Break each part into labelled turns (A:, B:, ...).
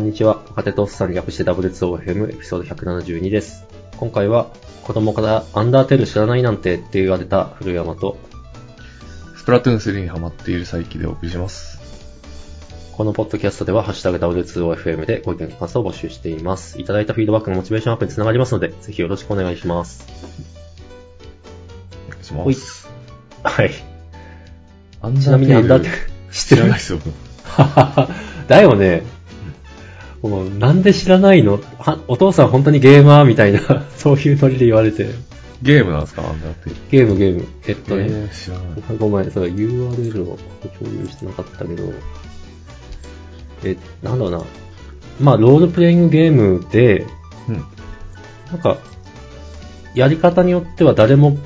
A: にちは。若手とおっさん略して W2OFM エピソード172です。今回は、子供からアンダーテール知らないなんてって言われた古山と、
B: スプラトゥーン3にハマっている最近でお送りします。
A: このポッドキャストでは、ハッシュタグ W2OFM でご意見ご感想を募集しています。いただいたフィードバックのモチベーションアップにつながりますので、ぜひよろしくお願いします。
B: お願いします。
A: はい。
B: アンダーテール
A: ちなみにアンダーテール、 知って
B: 知らない
A: る
B: ですよ。僕
A: だよね。もう、なんで知らないのはお父さん本当にゲーマーみたいな、そういうノリで言われて。
B: ゲームなんですかアンダーテール。
A: ゲーム、ゲーム。えっとね。
B: えー、知らない。
A: ごめん、それ URL を共有してなかったけど、え、なんだろうな。まあ、ロールプレイングゲームで、
B: うん。
A: なんか、やり方によっては誰も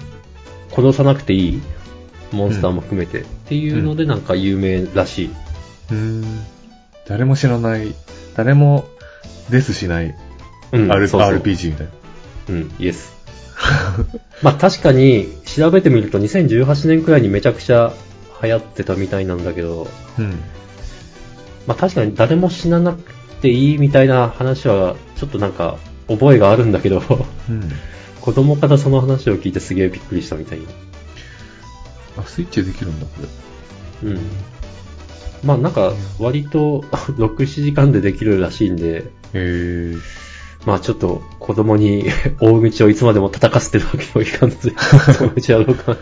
A: 殺さなくていいモンスターも含めて、っていうのでなんか有名らしい。
B: うん。誰も知らない、誰もデスしない、
A: うん、
B: R
A: そうそう
B: RPG みたいな。
A: うん、イエス。 まあ確かに調べてみると2018年くらいにめちゃくちゃ流行ってたみたいなんだけど、
B: うん。
A: まあ確かに誰も死ななくていいみたいな話はちょっとなんか覚えがあるんだけど、
B: うん。
A: 子供からその話を聞いてすげえびっくりしたみたいな。
B: あ、スイッチでできるんだ、これ。
A: うん。まあなんか割と 6、7時間でできるらしいんで、
B: えー、
A: まあちょっと子供に 大口をいつまでも叩かせてるわけにもいかんので、そのうちやろうか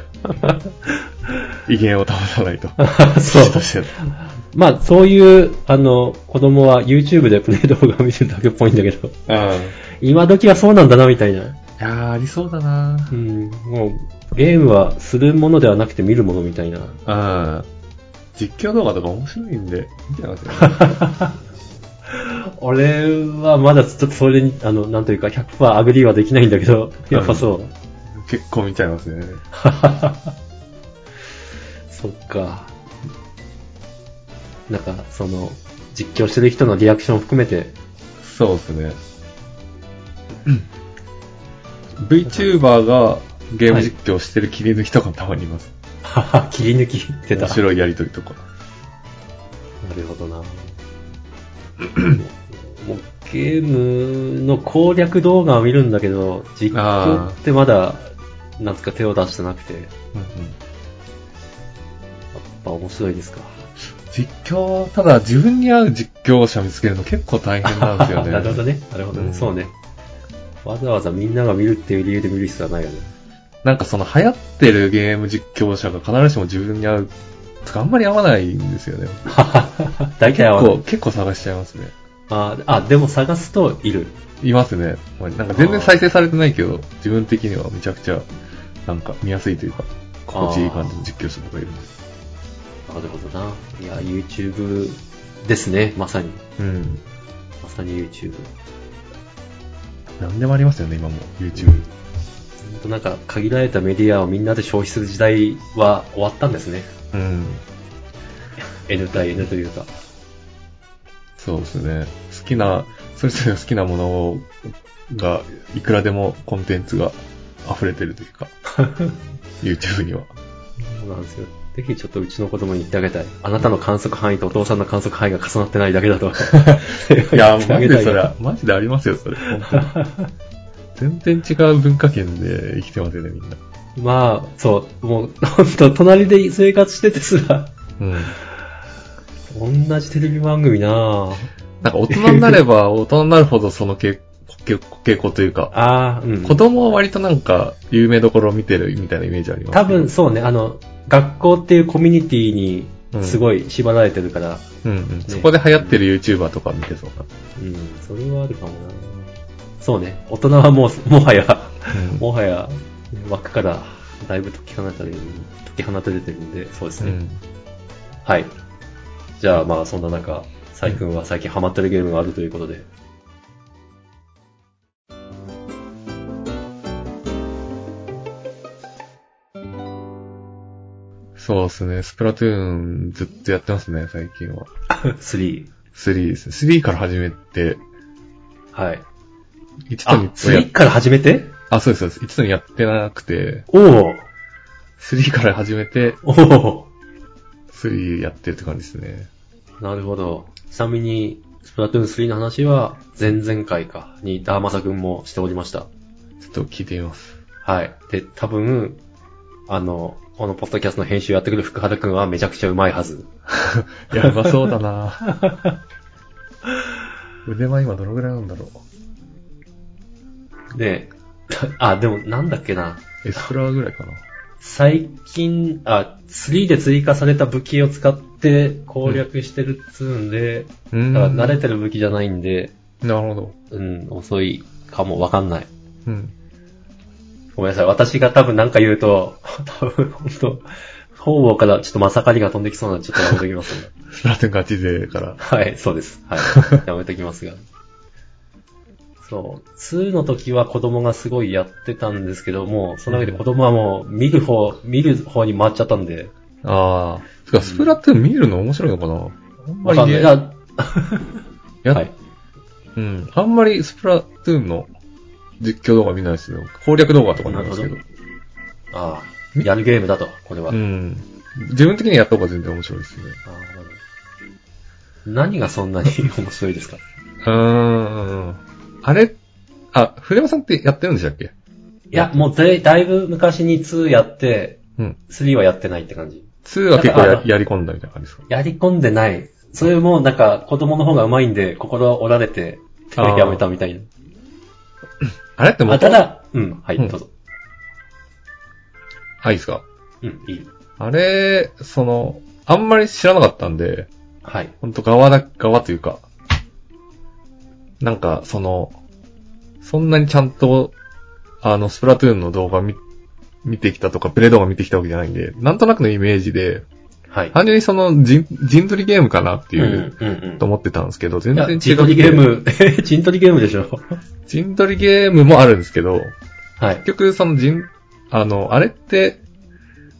B: 威厳を保た ないと。
A: な。 そう。
B: として
A: まあ、そういう、あの、子供は YouTube でプレイ動画を見てるだけっぽいんだけど、
B: ああ。い
A: 今時はそうなんだな、みたいな。
B: やー、ありそうだな
A: うん、もう、ゲームはするものではなくて見るものみたいな。
B: ああ。実況動画とか面白いんで、見てます よ、ね。
A: 俺はまだちょっとそれに、あの、なんというか100%アグリーはできないんだけど、やっぱそう。
B: 結構見ちゃいますね。
A: そっか。なんか、その、実況してる人のリアクションを含めて、
B: そうですね。VTuber がゲーム実況してる切り抜きとかもたまにいます。
A: 切り抜きってた。
B: 面白いやりとりとか。
A: なるほどな。 もうもうゲームの攻略動画を見るんだけど、実況ってまだ、なんつうか手を出してなくて、やっぱ面白いですか。
B: 実況、ただ自分に合う実況者見つけるの結構大変なんですよ ね。
A: なるほどね。なるほどね。
B: うん
A: そうね。わざわざみんなが見るっていう理由で見る必要は ないよね。
B: なんかその流行ってるゲーム実況者が必ずしも自分に合う、とかあんまり合わないんですよね。
A: 大体合わな
B: こう
A: い。
B: 結構探しちゃいますね。
A: ああ、でも探すといる。
B: いますね。なんか全然再生されてないけど、自分的にはめちゃくちゃ、なんか見やすいというか、心地いい感じの実況者とかいるんです。
A: なるほどな。いや、YouTube ですね。まさに。
B: うん。
A: まさに YouTube。
B: 何でもありますよね、今も。YouTube。
A: 本当なんか限られたメディアをみんなで消費する時代は終わったんですね。
B: うん。
A: N 対 N というか。
B: そうですね。好きな、それぞれの好きなものが、いくらでもコンテンツが溢れてると いうか、YouTube には。
A: そうなんですよ。ぜひちょっとうちの子供に言ってあげたい。あなたの観測範囲とお父さんの観測範囲が重なってないだけだと。
B: いや、
A: 言ってあ
B: マ
A: げ
B: ジ
A: た
B: でそれは、マジでありますよ、それ。本当に全然違う文化圏で生きてますよね、みんな。
A: まあ、そう、もう、ほんと、隣で生活しててすら、
B: うん。
A: 同じテレビ番組なぁ。
B: なんか大人になれ ば、大人になるほどその傾傾傾向というか、
A: ああ、うん。
B: 子供は割となんか、有名どころを見てるみたいなイメージあります。
A: 多分、そうね、あの、学校っていうコミュニティにすごい縛られてるから、
B: うんうん。そこで流行ってる YouTuber とか見てそうな。
A: うん、それはあるかもなそうね、大人はもう、もはや、
B: うん
A: もはや、枠からだいぶ解き放たれる、解き放たれてるんで、そうです
B: う
A: ね。
B: ん。
A: はい。じゃあ、まあ、そんな中、サイ君は最近ハマってるゲームがあるということで。
B: そうですね。スプラトゥーンずっとやってますね、最近は。
A: 3。
B: 3ですね。3から始めて、
A: はい。
B: 1
A: あ、
B: と2やっ
A: 3から始めて
B: あ、そうです、そうです。1と2やってなくて、
A: おお
B: 3から始めて、
A: おお
B: 3やってるって感じですね。
A: なるほど。ちなみに、スプラトゥーン3の話は、前々回か、にダーマサ君もしておりました。
B: ちょっと聞いてみます。
A: はい。で、多分、あの、このポッドキャストの編集やってくる福原君はめちゃくちゃうまいはず。
B: いや、うまそうだ な腕前今どのぐらいなんだろ
A: で、 あ、でもなんだっけな。
B: う。エスプラーぐらいかな。
A: 最近、あ、3で追加された武器を使って攻略してるっつうんで、
B: うーん。
A: だから慣れてる武器じゃないんで、
B: なるほど。
A: うん、遅いかもわかんない。
B: うん。
A: ごめんなさい。私が多分なんか言うと、多分本当方々からちょっとまさかりが飛んできそうなんで、ちょっとやめときますね。
B: スプラトゥーンガチ勢から。
A: はい、そうです。はい。やめときますが。そう。2の時は子供がすごいやってたんですけども、その中で子供はもう見る方、見る方に回っちゃったんで、
B: ああ。てか、スプラトゥーン見るの面白いのかなあんま
A: わか
B: り
A: んない。
B: ね、
A: あ
B: や
A: はい。
B: うん。あんまりスプラトゥーンの実況動画見ないですよ。攻略動画とかなんですけど。
A: なああ、やるゲームだと、これは。
B: うん。自分的にやった方が全然面白いですね。
A: ああなるほど何がそんなに面白いですか
B: うーん。あれ、あ、藤山さんってやってるんでしたっけ
A: いや、もうだいだいぶ昔に2やって、
B: うん。
A: 3はやってないって感じ。
B: 2は結構
A: なん
B: や
A: かあ
B: やり込んだみたいな感じですか
A: やり込んでない。それもなんか子供の方が上手いんで、心折られて、
B: ああ
A: やめたみたいな。
B: あれっても
A: あ、
B: う、
A: ただ、うん、はい、
B: うん
A: どうぞ。
B: あ、いいですか
A: うん、いい。
B: あれ、その、あんまり知らなかったんで、
A: はい。
B: ほんと側だ、側というか、なんか、その、そんなにちゃんと、あの、スプラトゥーンの動画見、見てきたとか、プレイ動画見てきたわけじゃないんで、なんとなくのイメージで、
A: はい。
B: 単純にその、陣、陣取りゲームかなって
A: う
B: い
A: ん、う
B: う、
A: ん、
B: と思ってたんですけど、
A: う
B: 全
A: ん。い
B: 然
A: や
B: 違う。
A: 陣取りゲー。ム、 え陣取りゲームでしょ。
B: 陣取りゲームもあるんですけど、
A: は
B: 結
A: い。
B: 局、その人、あの、あれって、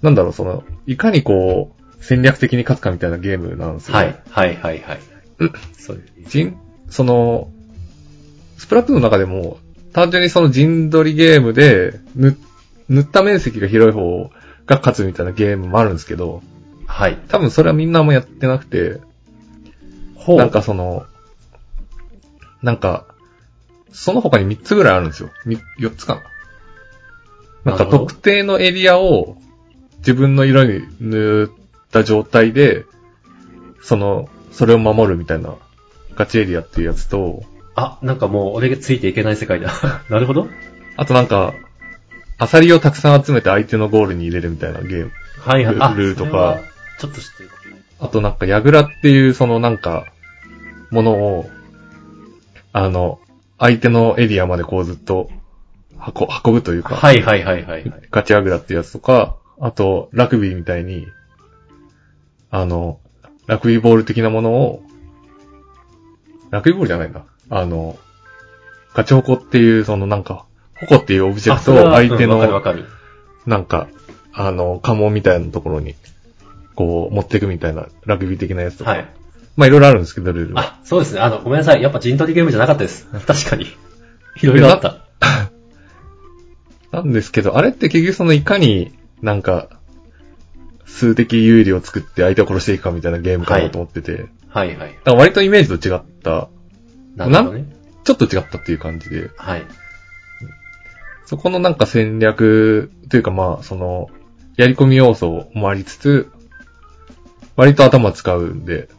B: なんだろう、その、いかにこう、戦略的に勝つかみたいなゲームなんですよ。
A: はい、はい、はい、はい。そうです。
B: 人、その、スプラトゥーンの中でも、単純にその陣取りゲームで、ぬ、塗った面積が広い方が勝つみたいなゲームもあるんですけど、
A: はい。
B: 多分それはみんなあんまやってなくて、
A: ほ
B: なんかその、なんか、その他に3つぐらいあるんですよ。み4つかな。なん
A: な
B: か
A: るほど
B: 特定のエリアを自分の色に塗った状態で、その、それを守るみたいなガチエリアっていうやつと、
A: あ、なんかもう俺がついていけない世界だ。 なるほど。
B: あとなんか、アサリをたくさん集めて相手のゴールに入れるみたいなゲーム。
A: はい、はい。あ、
B: ルールとか
A: それはちょっと知ってるかもね。
B: あとなんか、ヤグラっていうそのなんか、ものを、あの、相手のエリアまでこうずっと運運ぶというか、
A: はい、はい、はい、はい。はい
B: ガチヤグラってやつとか、あと、ラグビーみたいに、あの、ラグビーボール的なものを、ラグビーボールじゃないな。あの、ガチホコっていう、そのなんか、ホコっていうオブジェ
A: あ
B: ク
A: そ
B: ト
A: れ
B: を
A: は
B: 相手
A: うんわかる
B: の
A: わかる。
B: なんか、あの、家紋みたいなところに、こう、持っていくみたいな、ラグビー的なやつとか。
A: はい。
B: まあ、いろいろあるんですけど、ルールは。
A: あ、そうですね。あの、ごめんなさい。やっぱ陣取りゲームじゃなかった です。確かに。いろいろあった。
B: なんですけど、あれって結局その、いかになんか、数的有利を作って相手を殺していくかみたいなゲームかなと思ってて、
A: はい、はい。
B: だから割とイメージと違った、
A: なるほどね。
B: ちょっと違ったっていう感じで、
A: はい。
B: そこのなんか戦略というかまあ、その、やり込み要素もありつつ、割と頭使うんで、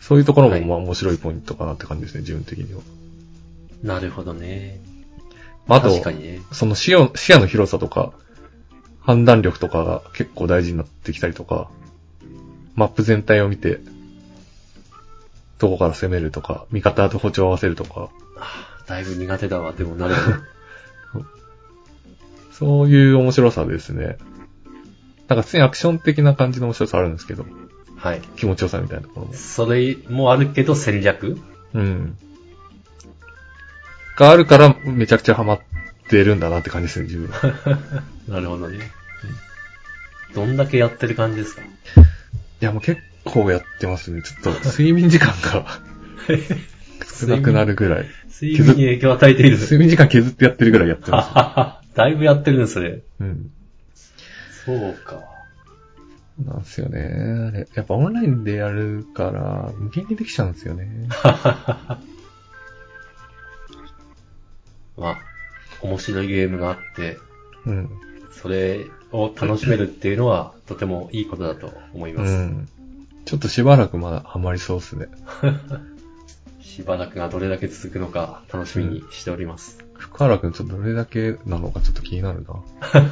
B: そういうところもまあ面白いポイントかなって感じですね、自分的には。
A: なるほどね。
B: まあ、あ
A: 確
B: と
A: か、にね。
B: その視野視野の広さとか、判断力とかが結構大事になってきたりとか、マップ全体を見て、どこから攻めるとか、味方と歩調を合わせるとか、
A: あだいぶ苦手だわ。でも、なる ほど。
B: そういう面白さですね。なんか普通にアクション的な感じの面白さあるんですけど、
A: はい。
B: 気持ちよさみたいなところも。
A: それもあるけど、戦略
B: うん。があるからめちゃくちゃハマってるんだなって感じですね、自分は。い
A: なるほどね。どんだけやってる感じですか
B: や、もう結構やってますね。ちょっと睡眠時間が少なくなるぐらい。
A: 睡眠に影響を与えて いる。
B: 睡眠時間削ってやってるぐらいやっ てます。
A: だいぶやってるんですね。
B: うん。
A: そうか。
B: なんですよね。あれ、やっぱオンラインでやるから、無限にできちゃうんですよね。
A: まあ、面白いゲームがあって、
B: うん。
A: それを楽しめるっていうのは、とてもいいことだと思いうます。
B: ん。ちょっとしばらくまだハマりそうっすね。
A: しばらくがどれだけ続くのか楽しみにしております。
B: 福原くんちょっとどれだけなのかちょっと気になる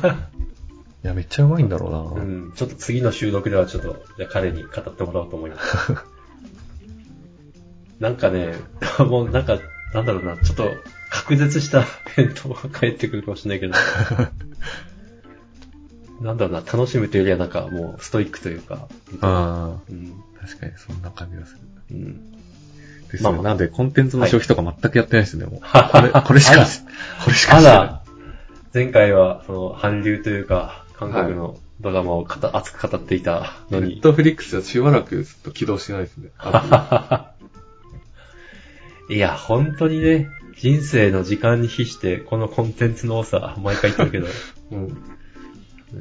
B: な。 いや、めっちゃうまいんだろ
A: う
B: うな。
A: ん、ちょっと次の収録ではちょっと、じゃあ彼に語ってもらおうと思います。なんかね、 もうなんか、なんだろうな、ちょっと、隔絶した返答が返ってくるかもし れないけど、なんだろうな、楽しむというよりはなんかもうストイックというか、
B: あ
A: うん、
B: あ、確かにそんな感じがする。
A: うん、
B: です
A: ま
B: ね。
A: あまあ
B: なんで、コンテンツの消費とか全くやってないですね、もう。これ、
A: は
B: これし
A: あ、
B: からこれしか
A: あ
B: してな
A: ら、前回は、その、韓流というか、韓国のドラマをかた熱く語っていたの
B: い。ネッ
A: に、
B: トフリックスはしばらくずっと起動してないですね。あ
A: いや、本当にね、人生の時間に比して、このコンテンツの多さ、毎回言ってる
B: とうん。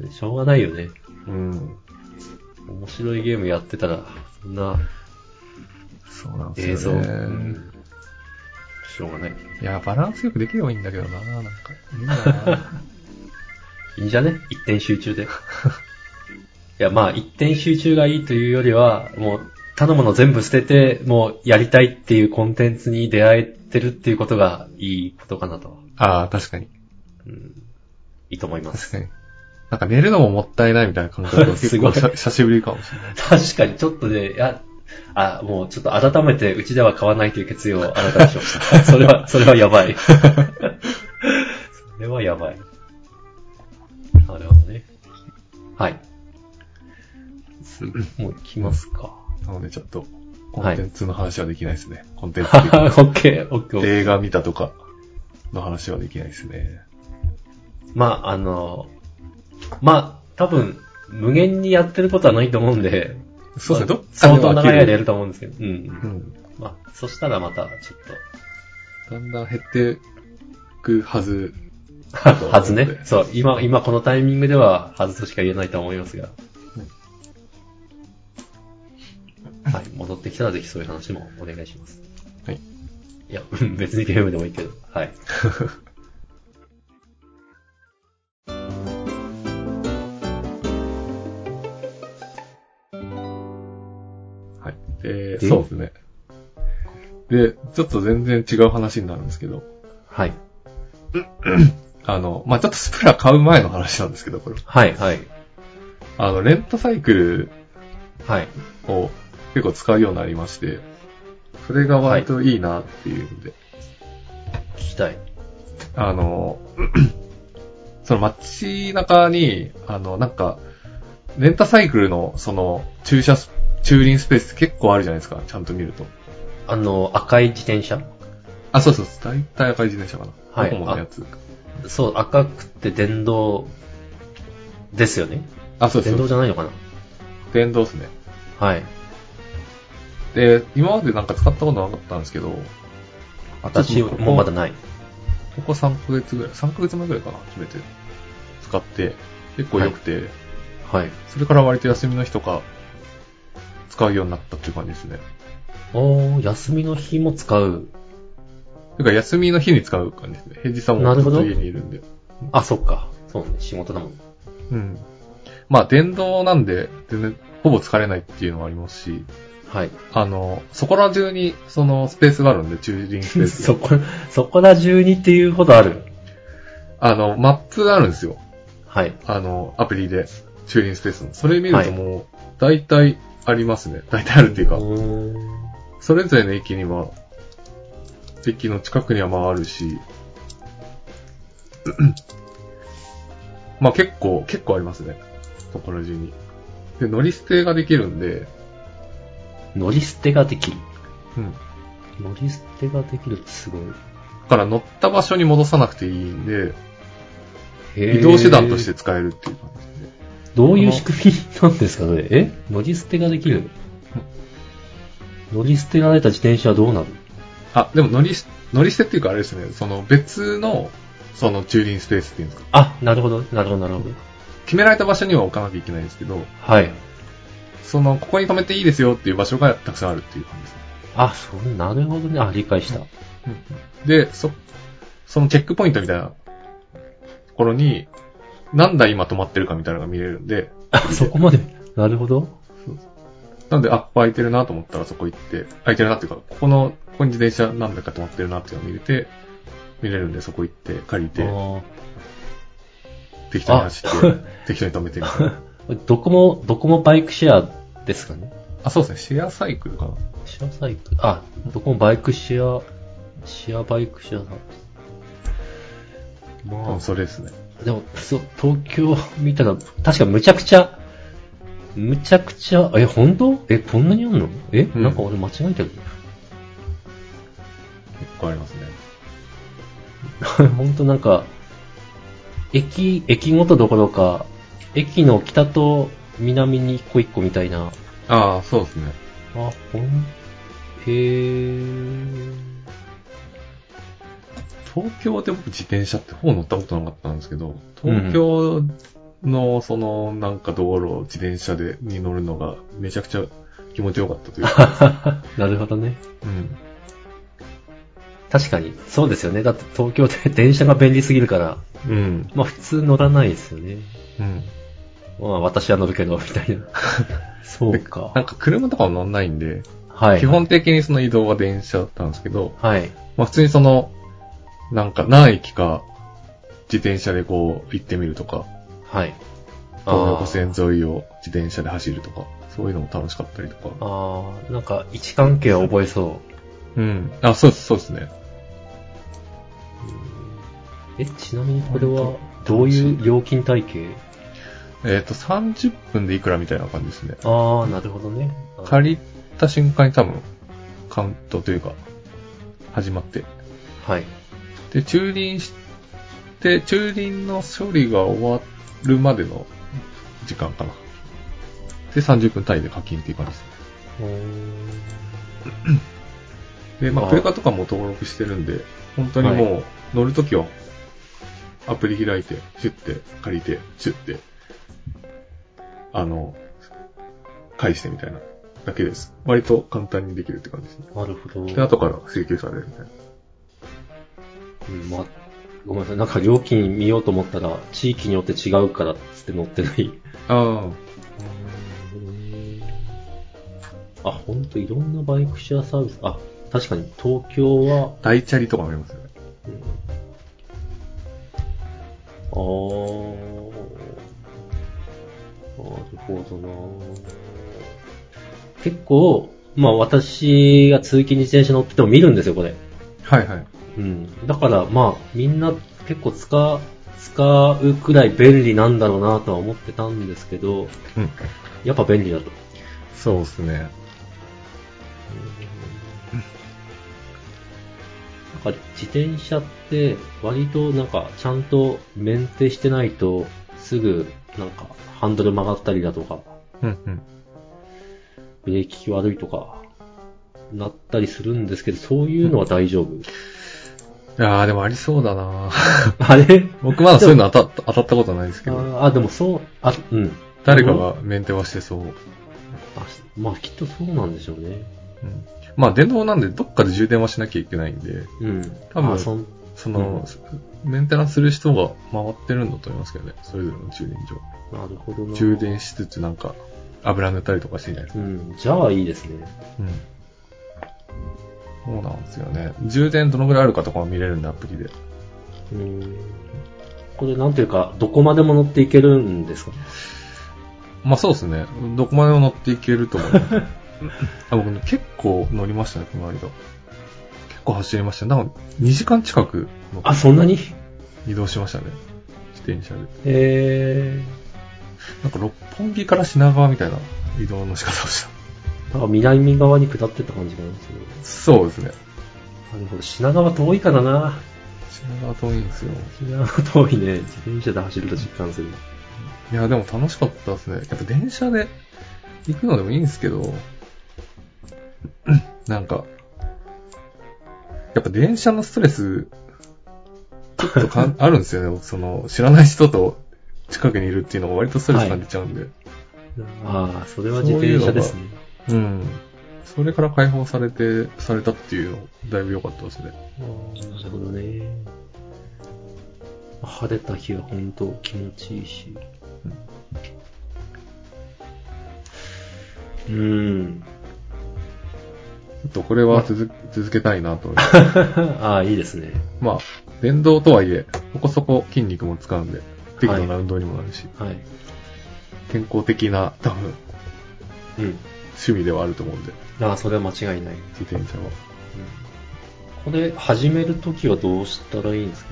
A: け ど、しょうがないよね。
B: うん。
A: 面白いゲームやってたら、そんな
B: そうなん
A: 映
B: です
A: 像、
B: よね。
A: うんしょうがない。
B: いや、バランスよくできればいいんだけどな、なんか。いいな
A: いいんじゃね一点集中で。いや、まあ、一点集中がいいというよりは、もう、他のもの全部捨てて、もう、やりたいっていうコンテンツに出会えてるっていうことがいいことかなと。
B: ああ、確かに。
A: うん。いいと思いま
B: 確
A: す。
B: かに。なんか寝るのももったいないみたいな感覚が
A: す
B: 結
A: ごい
B: 構さ久しぶりかもしれない。
A: 確かに、ちょっとね、いや、あ、もう、ちょっと改めて、うちでは買わないという決意をあなたにしました。それ は、それはやばい。それはやばい。なるほどね。はい。もう行きますか。
B: なのでちょっと、コ
A: はい
B: ンテンツの話はできないですね。コン テンツ
A: はは、オッケー、オッケー。
B: 映画見たとかの話はできないですね。
A: まあ、あの、まあ、多分、無限にやってることはないと思うんで、
B: そ
A: ま
B: うですね、どっ
A: あ
B: か
A: 相
B: に
A: 当
B: は
A: 長い
B: 飽き
A: 間や
B: る。
A: ると思うんですけど、うん。
B: うん。
A: まあ、そしたらまた、ちょっと、
B: だんだん減ってくはず。
A: はずね。そう、今、今このタイミングでは、はずとしか言えないと思いますが。はい、戻ってきたらぜひそういう話もお願いします。
B: はい。
A: いや、 うん別にゲームでもいいけど、はい。
B: はい。で、
A: で
B: そうですね。で、ちょっと全然違う話になるんですけど、
A: はい。
B: あの、まあ、ちょっとスプラ買う前の話なんですけど、これ。
A: はい、はい。
B: あの、レンタサイクル
A: はい。
B: を結構使うようになりまして、それが割といいなっていうんで、
A: 聞きたい。
B: あの、 その街中に、あの、なんか、レンタサイクルの、その、駐車ス、駐輪スペース結構あるじゃないですか、ちゃんと見ると。
A: あの、赤い自転車
B: あ、そうそう、大体赤い自転車かな。
A: はい
B: ドコモのやつ。
A: そう、赤くて電動ですよね。
B: あ、そうそ
A: 電動
B: う。
A: じゃないのかな
B: 電動ですね。
A: はい。
B: で、今までなんか使ったことなかったんですけど、
A: 私
B: ここ
A: もまだない。
B: ここ3ヶ月ぐらい、3ヶ月前ぐらいかな、初めて使って、結構良くて、
A: はい。
B: それから割と休みの日とか、使うようになったっていう感じですね。
A: おー、休みの日も使う。
B: てか、休みの日に使う感じですね。平日さん
A: な
B: も
A: る
B: ず
A: ほ
B: っ
A: ど
B: と家にいるんで。
A: あ、そっか。そうね、仕事だもん。
B: うん。まあ、電動なんで、全然、ほぼ疲れないっていうのもありますし、
A: はい。
B: あの、そこら中に、その、スペースがあるんで、駐輪スペース
A: そ
B: が。
A: こ、そこら中にっていうほどある。
B: あの、マップがあるんですよ。
A: はい。
B: あの、アプリで、駐輪スペースの。それ見るともう、大体ありますね。大体あるっていうか、
A: うーん
B: それぞれの駅には、駅の近くにはまああるし、 まあ結構、結構ありますね。ところ中に。で、乗り捨てができるんで、
A: 乗り捨てができる。
B: うん。
A: 乗り捨てができるってすごい。
B: だから乗った場所に戻さなくていいんで、
A: へー
B: 移動手段として。使えるっていう感じですね。
A: どういう仕組みなんですかねえ乗り捨てができる乗り捨てられた自転車はどうなる
B: あ、でも乗りし、乗り捨てっていうかあれですね、その別の、その駐輪スペースっていうんですか。
A: あ、なるほど、なるほど、なるほど。
B: 決められた場所には置かなきゃいけないんですけど、
A: はい。
B: その、ここに止めていいですよっていう場所がたくさんあるっていう感じですね。
A: あ、そう、なるほどね。あ、理解した。
B: で、そ、そのチェックポイントみたいなところに、何台今止まってるかみたいなのが見れるんで、
A: あ、そこまで。なるほど。
B: なんで、あ、ここ空いてるなと思ったらそこ行って、空いてるなっていうか、ここの、ここに自転車何台か止まってるなっていうのを見れて、見れるんでそこ行って、借り
A: あ
B: て、
A: ー
B: 適当に走 って、適当に止めてみたいな。
A: どこも、どこもバイクシェアですかね。
B: あ、そうですね、シェアサイクルかな。
A: シェアサイクル、あ、どこもバイクシェア、シェアバイクシェアだ。
B: 多
A: ま
B: 分それですね。
A: あ、でも、そう、東京見たら、確かむちゃくちゃ、むちゃくちゃ、え、本当え、こんなにあんのえ、
B: うん
A: なんか俺間違えたけ
B: 結構ありますね。
A: ど。 本当なんか、駅、駅ごとどころか、駅の北と南に一個一個みたいな、
B: ああ、そうですね。
A: あ、ほん、へー。
B: 東京で僕自転車って方乗ったことなかったんですけど、東京のそのなんか道路を自転車でに乗るのがめちゃくちゃ気持ちよかったとい うか、
A: なるほどね。
B: うん、
A: 確かに、そうですよね。だって東京で 電車が便利すぎるから、
B: うん、
A: まあ普通乗らないですよね。
B: うん。
A: まあ私は乗るけど、みた いな。そう
B: なん
A: か。
B: か車とかも乗んないんで、
A: はい。
B: 基本的にその移動は電車だったんですけど、
A: はい。
B: まあ普通にその、なんか何駅か自転車でこう行ってみるとか、
A: はい。
B: 東横線沿いを自転車で走るとか、そういうのも楽しかったりとか。
A: あーあー、なんか位置関係は覚えそ
B: うん。あ、そうです、そうですね。
A: う。え、ちなみにこれは、どういう料金体系
B: えっ、と、30分でいくらみたいな感じですね。
A: ああ、なるほどね。はい。
B: 借りた瞬間に多分、カウントというか、始まって。
A: はい。
B: で、駐輪して、駐輪の処理が終わるまでの時間かな。で、30分単位で課金っていう感じですね。
A: うーん
B: で、ま
A: あ
B: あ、
A: あ
B: クレカとかも登録してるんで、本当にもう、乗るときは、アプリ開いて、シュッて、借りて、シュッて、あの、返してみたいな、だけです。割と簡単にできるって感じですね。
A: なるほ
B: で、
A: ど。
B: 後から請求されるみたいな。
A: うん、まあ、ごめんなさい。なんか料金見ようと思ったら、地域によって違うからっつって乗ってない。
B: あ
A: あ、ほんといろんなバイクシェアサービス。あ、確かに東京は
B: あ、、大チャリとかもありますよね。
A: あー、なるほどな結構、まあ私が通勤自転車乗ってても見るんですよ、これ。
B: はいはい。
A: うん。だから、まあ、みんな結構使、使うくらい便利なんだろうなとは思ってたんですけど、
B: うん。
A: やっぱ便利だと。
B: そうですね。
A: なんか自転車って割となんかちゃんとメンテしてないとすぐなんかハンドル曲がったりだとか
B: うんうん。
A: ブレーキ悪いとかなったりするんですけどそういうのは大丈夫。
B: ああ、でもありそうだな
A: あれ
B: 僕まだそういうの当たった、当たったことないですけど、
A: ああ、でもそう、あ、うん。
B: 誰かがメンテはしてそう。
A: あまあきっとそうなんでしょうね。
B: うんまあ電動なんでどっかで充電はしなきゃいけないんで、
A: うん。
B: 多分
A: あそん
B: その、メンテナンスする人が回ってるんだと思いますけどね、それぞれの駐輪
A: なるほどな。
B: 場。充電しつつなんか、油塗ったりとかしてんじゃないです
A: うん。じゃあいいですね。
B: か。うん。そうなんですよね。充電どのぐらいあるかとかも見れるんで、アプリで。
A: うん。これなんというか、どこまでも乗っていけるんですか
B: まあそうですね。どこまでも乗っていけると思います。あ僕ね、結構乗りましたね、この間。結構走りましたね。なんか2時間近く乗って
A: あ、そんなに
B: 移動しましたね。自転車で。
A: え
B: なんか六本木から品川みたいな移動の仕方をし
A: ー、なんか南側に下ってった感じがありますね。
B: た。そうですね。
A: なるほど、品川遠いからな。
B: 品川遠いんですよ。
A: 品川遠いね。自転車で走ると実感する。
B: いや、でも楽しかったですね。やっぱ電車で行くのでもいいんですけど、 なんか、やっぱ電車のストレス、ちょっとかん あるんですよね。僕その、知らない人と近くにいるっていうのが割とストレス感じちゃうんで。
A: ああ、それは自転車ですね。
B: うん。それから解放されて、されたっていうの、だいぶ良かったですね。
A: なるほどね。晴れた日は本当気持ちいいし。うん。
B: ちょっとこれは続,、続けたいなと思います。
A: ああ、いいですね。
B: まあ、電動とはいえ、そこそこ筋肉も使うんで、適度な運動にもなるし、
A: はい。
B: 健康的な、多分、
A: うん。
B: 趣味ではあると思うんで、
A: ああ、それは間違いない。うん
B: 自転車は。
A: これ、始めるときはどうしたらいいんです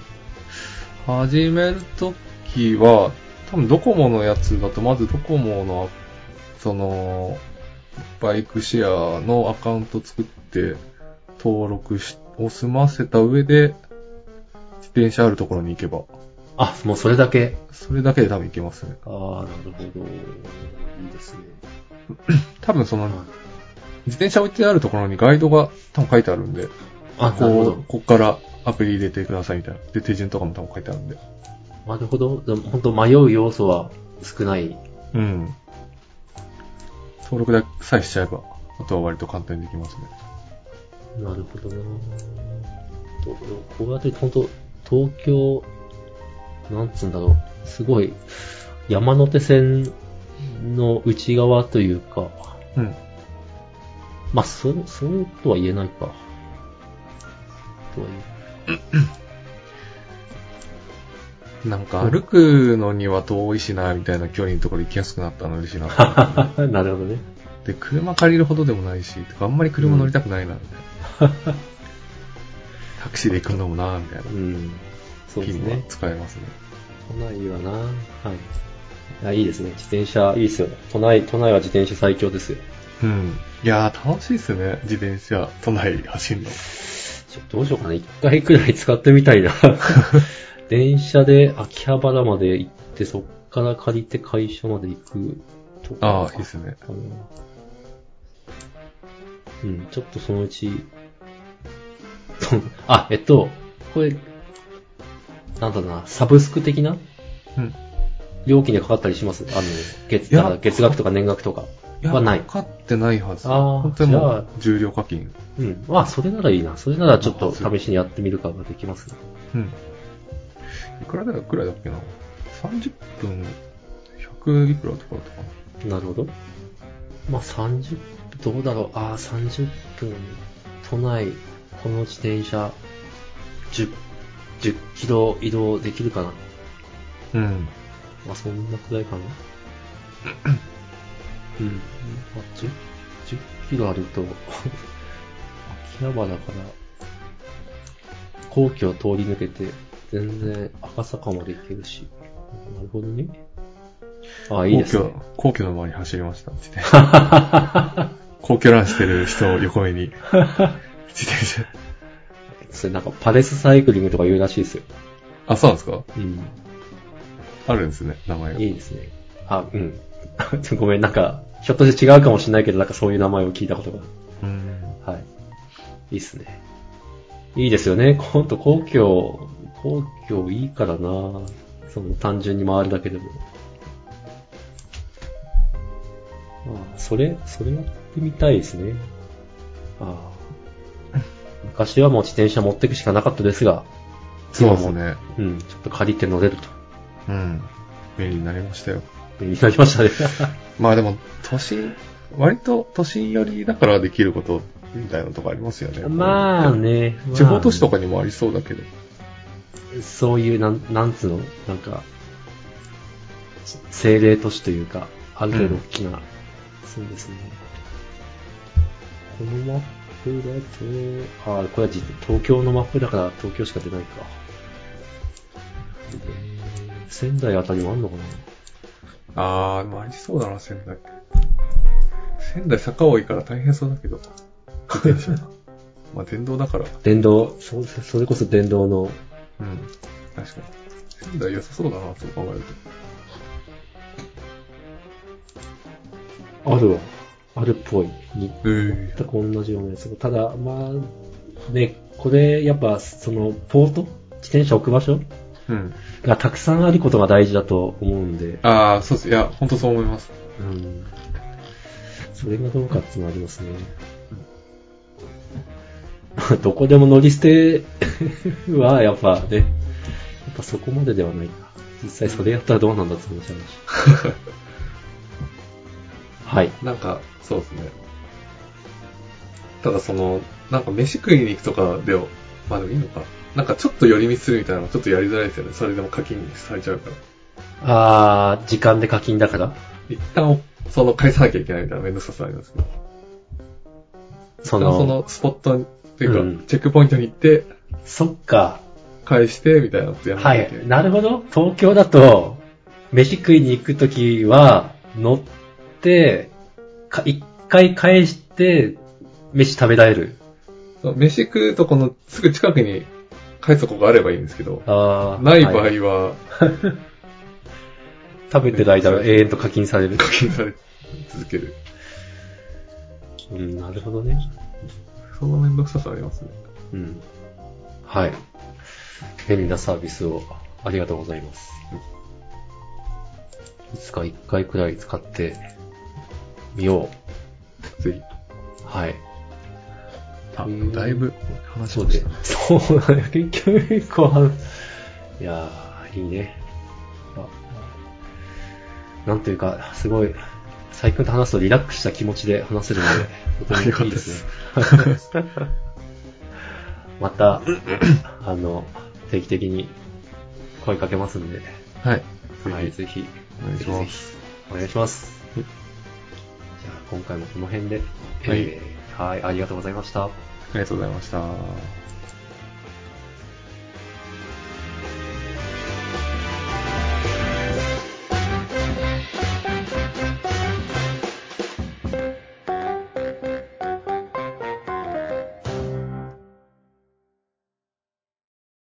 A: か
B: 始めるときは、多分ドコモのやつだと、まずドコモの、その、バイクシェアのアカウント作って、登録し、を済ませた上で、自転車あるところに行けば、
A: あ、もうそれだけ。
B: それだけで多分行けますね。
A: ああ、なるほど。いいですね。
B: 多分その、
A: はい
B: 自転車置いてあるところにガイドが多分書いてあるんで、
A: あ、なるほ
B: こ
A: ど
B: う、。こっからアプリ入れてくださいみたいな。で、手順とかも多分書いてあるんで。
A: なるほど。でも本当迷う要素は少ない。
B: うん。登録ださえしちゃえば、あとは割と簡単にできますね。
A: なるほどなとこうやって本当東京、なんつうんだろう。すごい、山手線の内側というか、
B: うん。
A: まあ、そ、そうとは言えないか。とは言
B: なんか歩くのには遠いしな、みたいな距離のところ行きやすくなったの嬉しいなと思って。
A: え。 なるほどね。
B: で、車借りるほどでもないし、とかあんまり車乗りたくないな、みたいな。 タクシーで行くのもな、みたいな
A: う。ん。そう
B: 気
A: です
B: には
A: ね。
B: 使えますね。
A: 都内はなはい。いや、いいですね。自転車、いいですよ。都内、都内は自転車最強ですよ。
B: うん。いやー、楽しいっすね。自転車、都内走るの。
A: ちょどうしようかな。一回くらい使ってみたい な。電車で秋葉原まで行って、そっから借りて会社まで行くとか。
B: ああ、いいっすね。
A: あのうん、ちょっとそのうち、 とあ、えっと、これ、なんだろうな、サブスク的な
B: うん。
A: 料金でかかったりしますあの、月、
B: いや
A: なんだ月額とか年額とか。
B: いや、
A: はない
B: 分かってないはず。
A: あー
B: 本当に
A: じ
B: も
A: ゃあ
B: う、重量課金。
A: うん。まあ、それならいいな。それならちょっと試しにやってみるかができますね。
B: うん。いくらだよ、いくらだっけな。30分、100いくらとかだったかな。
A: なるほど。まあ、30、どうだろう。ああ、30分、都内、この自転車、10、10キロ移動できるかな。
B: うん。
A: まあ、そんなくらいかな。うん。まあ、10、10キロあると、秋葉原から、皇居を通り抜けて、全然赤坂まで行けるし。なるほどね。ああ、いいですね。
B: 皇居、皇居の周り走りました、自転車。 皇居ランしてる人を横目に。自転車。
A: それなんかパレスサイクリングとか言うらしいですよ。
B: あ、そうなんですか
A: うん。
B: あるんですね、名前が。
A: いいですね。あ、うん。 ごめん、なんか、ひょっとして違うかもしれないけど、なんかそういう名前を聞いたことが。
B: うん。
A: はい。いいっすね。いいですよね。ほんと、皇居、皇居いいからなその単純に回るだけでも。あそれ、それやってみたいですね。あ あ。昔はもう自転車持ってくしかなかったですが、
B: そうですね。
A: うん、ちょっと借りて乗れると。
B: うん。便利になりましたよ。
A: 勉強になりま したね。
B: まあでも、都心、割と都心寄りだからできることみたいなとこありますよね。
A: まあ ね。
B: 地方都市と
A: か。
B: かにもありそうだけど。
A: そういう、なん、なんつうの、なんか、精霊都市というか、ある程度大きな、そうですね。このマップだと、ああ、これは実東京のマップだから東京しか出ないか。えー仙台あたりもあんのかな
B: あー、でもありそうだな、仙台。仙台坂多いから大変そうだけど。自転車。 まあ、電動だから。
A: 電動、そうですそれこそ電動の、
B: うん。確かに。仙台良さそうだな、そう考えると。
A: あるわ。あるっぽい。に
B: え
A: 全く同じようなやつも。ただ、まあ、ね、これ、やっぱ、その、ポート自転車置く場所
B: えうん。
A: がたくさんあることが大事だと思うんで、
B: あー、そうっす。いや、ほんとそう思います。
C: うん。それがどうかっていうのはありますね。 どこでも乗り捨て は、やっぱね、やっぱそこまでではないか。実際それやったらどうなんだって話なんだし。はい。
B: なんか、そうですね。ただその、なんか飯食いに行くとかでは、まあでもいいのか。なんかちょっと寄り道するみたいなのはちょっとやりづらいですよね。それでも課金されちゃうから。
A: あー、時間で課金だから。
B: 一旦、その返さなきゃいけないみたいなめんどくささありますね。
A: そ
B: 一旦そ
A: の、
B: のスポットに、というか、
A: うん
B: チェックポイントに行って、
A: そっか。
B: 返して、みたいなことやらなき
A: は
B: ゃい
A: い
B: けない。。
A: なるほど。東京だと、飯食いに行くときは、乗って、か一回返して、飯食べられる。
B: その飯食うとこのすぐ近くに返すとこがあればいいんですけど、
A: あー
B: ない場合
A: は
B: は
A: 食べてる間は永遠と課金される。
B: 課金され続ける。
A: うん、なるほどね。
B: そのめんどくささありますね。
A: うん。はい。便利なサービスをありがとうございます。いつか一回くらい使ってみよ
B: ぜひ。
A: う。はい。
B: あ
A: うん
B: だいぶ話し
A: そう
B: ま
A: で
B: した。、
A: そうだよ。結局、結構話す、いやー、いいね。あなんというか、すごい、最近と話すとリラックスした気持ちで話せるので、とてもいいですね。 また、あの、定期的に声かけますんで、
B: はい。
A: はい、
B: ぜ
A: ぜひ、
B: ひ、お願いします。
A: お願いします。
B: は
A: じ
B: い
A: ゃあ、今回もこの辺で、
B: はい
A: えーはい、ありがとうございました。
B: ありがとうございました。